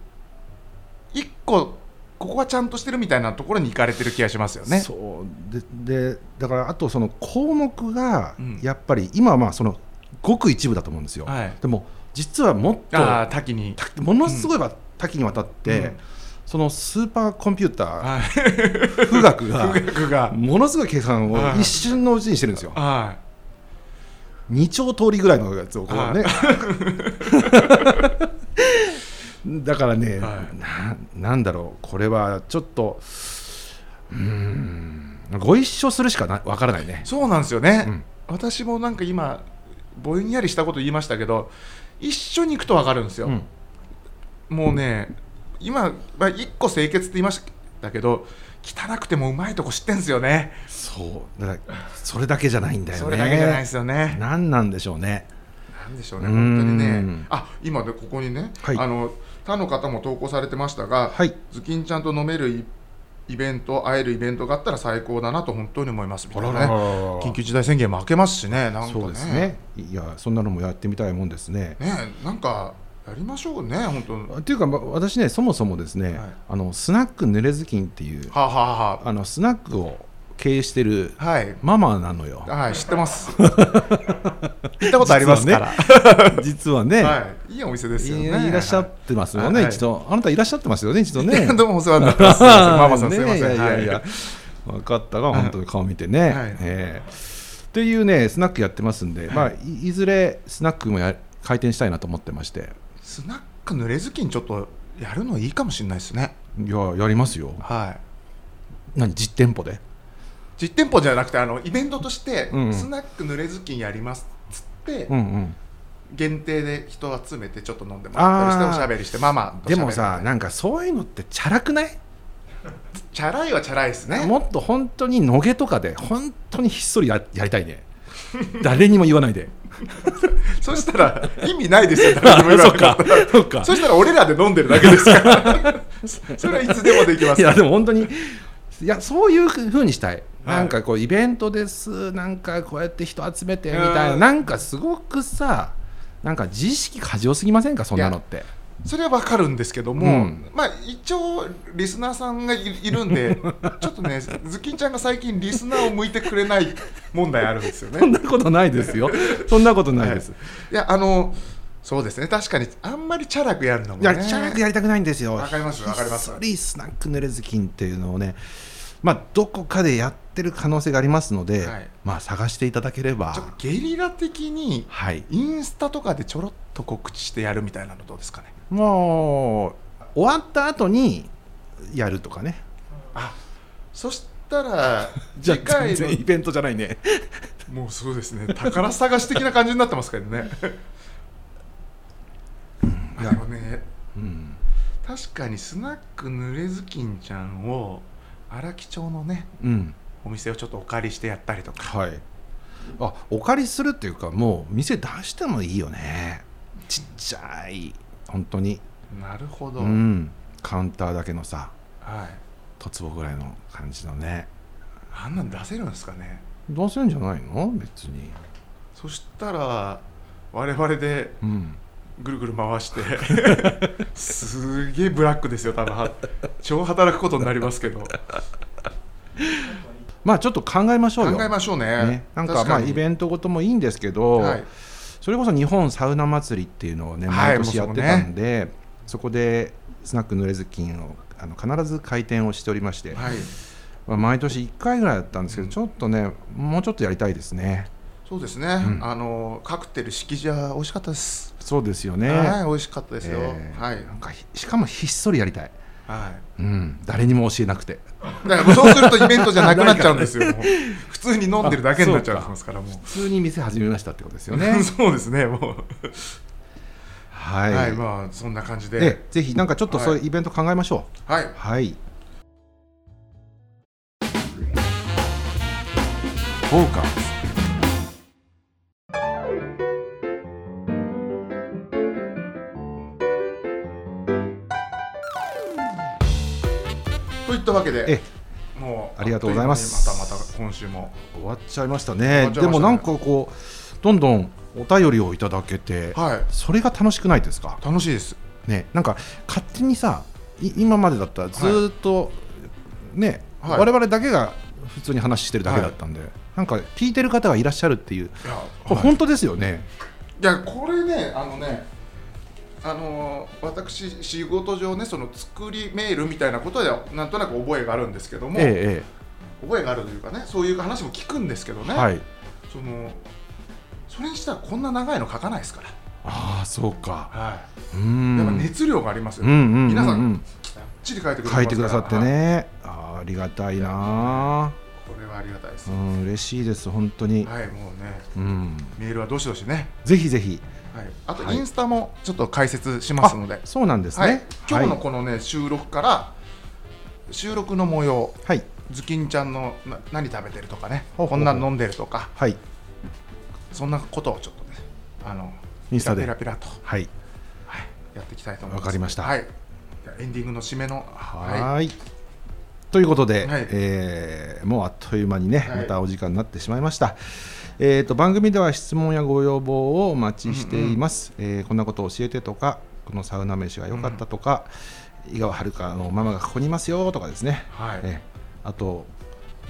Speaker 2: 一個ここはちゃんとしてるみたいなところに行かれてる気がしますよね。
Speaker 1: そうででだからあとその項目が
Speaker 2: うん
Speaker 1: やっぱり今はまあそのごく一部だと思うんですよ、
Speaker 2: はい、
Speaker 1: でも実はもっと
Speaker 2: ああ多岐に。
Speaker 1: たものすごいわ多岐にわたって、
Speaker 2: うん
Speaker 1: そのスーパーコンピュータ
Speaker 2: はい
Speaker 1: ー富岳 が
Speaker 2: 風学が。
Speaker 1: ものすごい計算を一瞬のうちにしてるんですよ
Speaker 2: は
Speaker 1: 2兆通りぐらいのやつをこうね だからね、
Speaker 2: は
Speaker 1: ななんだろうこれはちょっとうーんご一緒するしかなわからないね
Speaker 2: い。そうなんですよね。
Speaker 1: うん
Speaker 2: 私もなんか今ぼんやりしたこと言いましたけど、一緒に行くとわかるんですよ。
Speaker 1: うん
Speaker 2: もうね、今まあ一個清潔って言いましたけど、汚くてもうまいとこ知ってんすよね。
Speaker 1: そうだからそれだけじゃないんだよね
Speaker 2: それだけじゃないですよね。
Speaker 1: 何なんでしょうね
Speaker 2: なんでしょうね、
Speaker 1: うーん
Speaker 2: 本当にね。あ、今でここにね、
Speaker 1: はい
Speaker 2: あの他の方も投稿されてましたが、
Speaker 1: はい
Speaker 2: ズキンちゃんと飲めるイイベント、会えるイベントがあったら最高だなと本当に思いますみたいなね。緊急事態宣言も明けますしね、なんかね。
Speaker 1: そうですねいやそんなのもやってみたいもんですね
Speaker 2: ねなんかやりましょうね、本当。は
Speaker 1: っていうか、ま私ねそもそもですね、
Speaker 2: はい
Speaker 1: あのスナック濡れずきんっていう
Speaker 2: あはあは
Speaker 1: あのスナックを経営してる
Speaker 2: あ。はい。
Speaker 1: ママなのよ
Speaker 2: はい、知っ てます。行ったことありますから。
Speaker 1: 実はね、
Speaker 2: はい。いいお店ですよ
Speaker 1: い
Speaker 2: ね。
Speaker 1: いらっしゃ
Speaker 2: は
Speaker 1: ってますよね、
Speaker 2: はい
Speaker 1: 一度あなたいらっしゃってますよね一度ね
Speaker 2: どうもお世話になってます。すいませんママさん、
Speaker 1: ね
Speaker 2: すいませ
Speaker 1: い
Speaker 2: ん。
Speaker 1: やいやいや、
Speaker 2: はい
Speaker 1: 分かったが本当に顔見てね、
Speaker 2: はい
Speaker 1: ええっていうねスナックやってますんで、まあ、いいずれスナックもや開店したいなと思ってまして
Speaker 2: スナック濡れずきにちょっとやるのいいかもしれないですね。
Speaker 1: いややりますよ
Speaker 2: はい。
Speaker 1: 何実店舗で
Speaker 2: 実店舗じゃなくてあのイベントとして、
Speaker 1: うんうん
Speaker 2: スナック濡れずきんやりますっつって、
Speaker 1: うんうん
Speaker 2: 限定で人集めてちょっと飲んでもらったりして
Speaker 1: あー
Speaker 2: おしゃべりしてママと
Speaker 1: で
Speaker 2: しゃべる
Speaker 1: もさなんかそういうのってチャラくない
Speaker 2: チャラいはチャラいですね
Speaker 1: もっと本当にのげとかで本当にひっそりややりたい ね誰にも言わないで
Speaker 2: そしたら意味ないですよ 誰にも言わ
Speaker 1: そ
Speaker 2: な
Speaker 1: うか
Speaker 2: くなったら
Speaker 1: そうか
Speaker 2: そしたら俺らで飲んでるだけですから そそれはいつでもできま
Speaker 1: い
Speaker 2: す
Speaker 1: やでも本当にいやそういうふうにしたい、
Speaker 2: はい
Speaker 1: なんかこうイベントですなんかこうやって人集めてみたいな、
Speaker 2: うん
Speaker 1: なんかすごくさなんか自意識過剰すぎませんかそんなのって
Speaker 2: それはわかるんですけども、
Speaker 1: うん
Speaker 2: まあ一応リスナーさんがいいる んでちょっとねズキンちゃんが最近リスナーを向いてくれない問題あるんですよね
Speaker 1: そんなことないですよそんなことないです、
Speaker 2: いやあのそうですね確かにあんまりチャラくやるのも
Speaker 1: い
Speaker 2: ね
Speaker 1: やチャラくやりたくないんですよ
Speaker 2: わかりますわかります
Speaker 1: ひっそりスナック濡れずきんっていうのをねまあどこかでやってる可能性がありますので、
Speaker 2: はい
Speaker 1: まあ探していただければ
Speaker 2: ちょっとゲリラ的に
Speaker 1: はい
Speaker 2: インスタとかでちょろっと告知してやるみたいなのどうですかね
Speaker 1: もう終わった後にやるとかね
Speaker 2: あそしたら
Speaker 1: じゃあ全
Speaker 2: 次回の
Speaker 1: 然イベントじゃないね
Speaker 2: もうそうですね宝探し的な感じになってますけど ねあのね
Speaker 1: うん
Speaker 2: 確かにスナック濡れずきんちゃんを荒木町のね
Speaker 1: うん
Speaker 2: お店をちょっとお借りしてやったりとか
Speaker 1: はいあお借りするっていうかもう店出してもいいよねちっちゃい本当に
Speaker 2: なるほど、
Speaker 1: うんカウンターだけのさ
Speaker 2: はい
Speaker 1: とつぼぐらいの感じのね
Speaker 2: あんなん出せるんですかね
Speaker 1: どうするんじゃないの別に
Speaker 2: そしたら我々で
Speaker 1: うん
Speaker 2: ぐるぐる回してすげえブラックですよ多分は超働くことになりますけど
Speaker 1: まあちょっと考えましょうよ
Speaker 2: 考えましょうね
Speaker 1: ね、なんかまあイベ
Speaker 2: ン
Speaker 1: ントごともいいんですけど、
Speaker 2: はい、
Speaker 1: それこそ日本サウナ祭りっていうのをね
Speaker 2: はい
Speaker 1: 毎年やってたんで、そこでスナック濡れずきんをあの必ず開店をしておりまして、
Speaker 2: はい、
Speaker 1: まあ毎年1回ぐらいだったんですけど、
Speaker 2: うん
Speaker 1: ちょっとねもうちょっとやりたいですね
Speaker 2: そうですね、
Speaker 1: うん
Speaker 2: あのカクテル式じゃ美味しかったです、
Speaker 1: そうですよね、
Speaker 2: はい美味しかったですよ、
Speaker 1: えー
Speaker 2: はい
Speaker 1: なんかひしかもひっそりやりたい、
Speaker 2: はい
Speaker 1: うん、誰にも教えなくて
Speaker 2: だからもうそうするとイベントじゃなくなっちゃうんですよもう普通に飲んでるだけになっちゃうんですからもう
Speaker 1: 普通に店始めましたってことですよね
Speaker 2: そうですねもう
Speaker 1: は、
Speaker 2: はいい、まあそんな感じで
Speaker 1: えぜひなんかちょっとそういうイベント考えましょう
Speaker 2: はい
Speaker 1: はいそうか
Speaker 2: といったわけで
Speaker 1: え
Speaker 2: もう
Speaker 1: ありがとうございます
Speaker 2: あっという間にまたまた今週も
Speaker 1: 終わっちゃいましたね
Speaker 2: 終わっちゃいました
Speaker 1: で
Speaker 2: ね
Speaker 1: もなんかこうどんどんお便りをいただけて
Speaker 2: はい
Speaker 1: それが楽しくないですか
Speaker 2: 楽しいです
Speaker 1: ねなんか勝手にさい今までだったらずーっと、ね、
Speaker 2: はい
Speaker 1: 我々だけが普通に話してるだけだったんで、なんか聞いてる方がいらっしゃるっていう、
Speaker 2: いや
Speaker 1: これ本当ですよね。
Speaker 2: いやこれねあのねあのー私仕事上ねその作りメールみたいなことではなんとなく覚えがあるんですけども、
Speaker 1: ええ
Speaker 2: 覚えがあるというかねそういう話も聞くんですけど
Speaker 1: ええ
Speaker 2: ね、
Speaker 1: はい、
Speaker 2: そのそれにしたらこんな長いの書かないですから、
Speaker 1: ああそうか。
Speaker 2: は
Speaker 1: う
Speaker 2: い、
Speaker 1: ん
Speaker 2: やっぱ熱量がありますよ、
Speaker 1: うんうんうんうん
Speaker 2: 皆さんきっちり書いてくれてます
Speaker 1: 書いてくださって
Speaker 2: はい
Speaker 1: ね、あーありがたいな
Speaker 2: これはありがたいです、
Speaker 1: ー、うん、嬉しいです本当に、
Speaker 2: はいもうね
Speaker 1: うん、
Speaker 2: メールはどしどしね、
Speaker 1: ぜひぜひ
Speaker 2: はい、あと
Speaker 1: はい
Speaker 2: インスタもちょっと解説しますので、
Speaker 1: そうなんですね、
Speaker 2: はい、今日の
Speaker 1: はい
Speaker 2: このね収録から収録の模様
Speaker 1: はい、
Speaker 2: ズキンちゃんのな何食べてるとかね
Speaker 1: ほうほ
Speaker 2: こ
Speaker 1: うほうん
Speaker 2: なん飲んでるとか
Speaker 1: はい、
Speaker 2: そんなことをちょっとねあの
Speaker 1: インスタで
Speaker 2: ペラペラペラと、
Speaker 1: はい、
Speaker 2: はい、やっていきたいと思います
Speaker 1: わかりました
Speaker 2: はい、じゃあエンディングの締めの
Speaker 1: はーい。ということで、
Speaker 2: はい
Speaker 1: えーもうあっという間にね、
Speaker 2: はい
Speaker 1: またお時間になってしまいました。えー、と番組では質問やご要望をお待ちしています。えーこんなこと教えてとか、このサウナ飯が良かったとか、井川遥のママがここにいますよとかですね。
Speaker 2: はい
Speaker 1: えーあと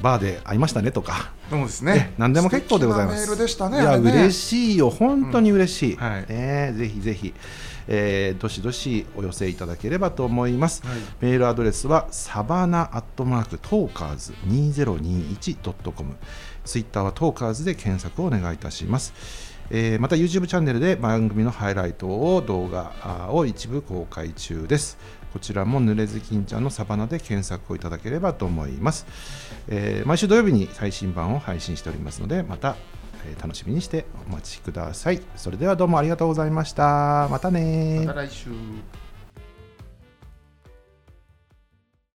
Speaker 1: バーで会いましたねとか、
Speaker 2: そうです
Speaker 1: ね
Speaker 2: ね、
Speaker 1: 何でも結構でございます。
Speaker 2: 素敵なメールでしたね
Speaker 1: いや、
Speaker 2: あれね
Speaker 1: 嬉しいよ、本当に嬉しい。
Speaker 2: うんはい
Speaker 1: ね、ぜひぜひ、えーどしどしお寄せいただければと思います。
Speaker 2: はい
Speaker 1: メールアドレスはサバナアットマークトーカーズ二ゼロ二一ドットコム。ツイッターはトーカーズで検索をお願いいたします。えーまた YouTube チャンネルで番組のハイライトを動画あーを一部公開中です。こちらも濡れずきんちゃんのサバナで検索をいただければと思います。えー毎週土曜日に最新版を配信しておりますので、また、えー楽しみにしてお待ちください。それではどうもありがとうございました。またねー
Speaker 2: また来週